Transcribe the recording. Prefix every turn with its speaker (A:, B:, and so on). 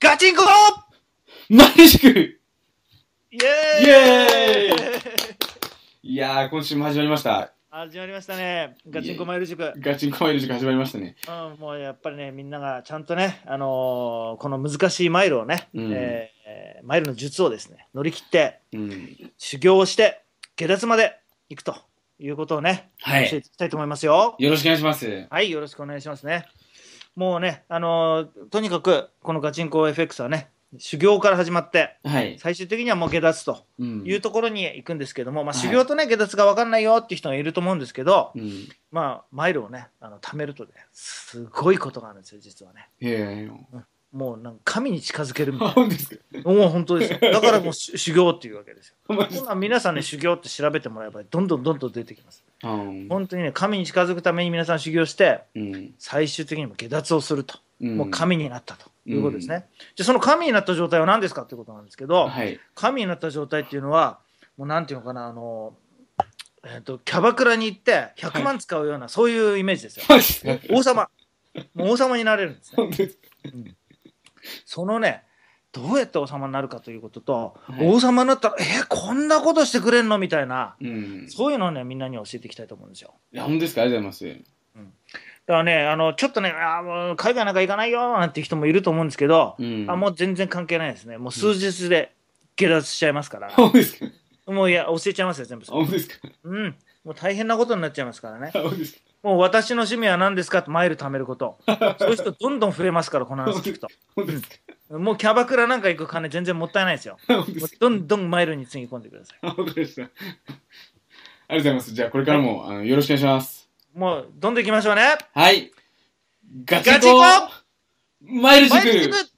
A: ガチンコ
B: マジシク
A: イエーイ
B: イエいやー、今週も始まりました。
A: 始まりましたね。ガチンコマイル塾。う
B: ガチンコマイル塾始まりましたね。
A: ん、もうやっぱりね、みんながちゃんとね、あのーこの難しいマイルをね、
B: うん
A: えーマイルの術をですね、乗り切って、
B: うん。
A: 修行をして、下脱まで行くということをね、
B: は
A: 教え
B: い。
A: ていきたいと思いますよ。
B: よろしくお願いします。
A: はい、よろしくお願いしますね。もうね、あのーとにかく、このガチンコ FX はね、修行から始まって、
B: はい。
A: 最終的にはもう下脱と。
B: うん
A: いうところに行くんですけども、まあ、
B: はい
A: 修行とね、下脱が分かんないよっていう人がいると思うんですけど、
B: うん。
A: まあ、マイルをね、あの貯めるとね、すごいことがあるんですよ、実はね。
B: いやいや
A: もうなんか神に近づけるみたい
B: あ、本当ですか
A: な。もう本当ですよ。だからもうし修行っていうわけですよ。
B: マジっす
A: 今皆さんね、修行って調べてもらえば、どんどんどんどん出てきます。
B: かうん
A: 本当にね、神に近づくために皆さん修行して、
B: うん。
A: 最終的にも下脱をすると。
B: うん
A: もう神になったということですね。じゃあその神になった状態は何ですかってことなんですけど、
B: はい。
A: 神になった状態っていうのはもうなんていうのかなあの、えー、とキャバクラに行って100万使うような、そういうイメージですよ
B: マジっすか
A: 王様もう王様になれるんですね
B: 本当ですか
A: そのねどうやって王様になるかということと、
B: はい
A: 王様になったらえーこんなことしてくれんのみたいな
B: うん。
A: そういうのをねみんなに教えていきたいと思うんですよ
B: いや、本当ですかありがとうございます。
A: だからねあのちょっとねあーもう海外なんか行かないよなんていう人もいると思うんですけど、
B: うん。
A: あもう全然関係ないですねもう数日で下脱しちゃいますから、
B: 本当ですか
A: もういや教えちゃいますよ全部それ
B: 本当ですか
A: うん、もう大変なことになっちゃいますからね。
B: 本当ですか
A: もう私の趣味は何ですかってマイル貯めること。そういう人どんどん増えますから、この話聞くと。
B: 本当ですか
A: もうキャバクラなんか行く金全然もったいないですよ。
B: 本当で
A: もう
B: すか
A: どんどんマイルにつぎ込んでください。
B: あわかりました。ありがとうございます。じゃあ、これからも、あの、よろしくお願いします。
A: もうどんどん行きましょうね。
B: はい。ガ
A: ガチンコ
B: マイル塾
A: マイル塾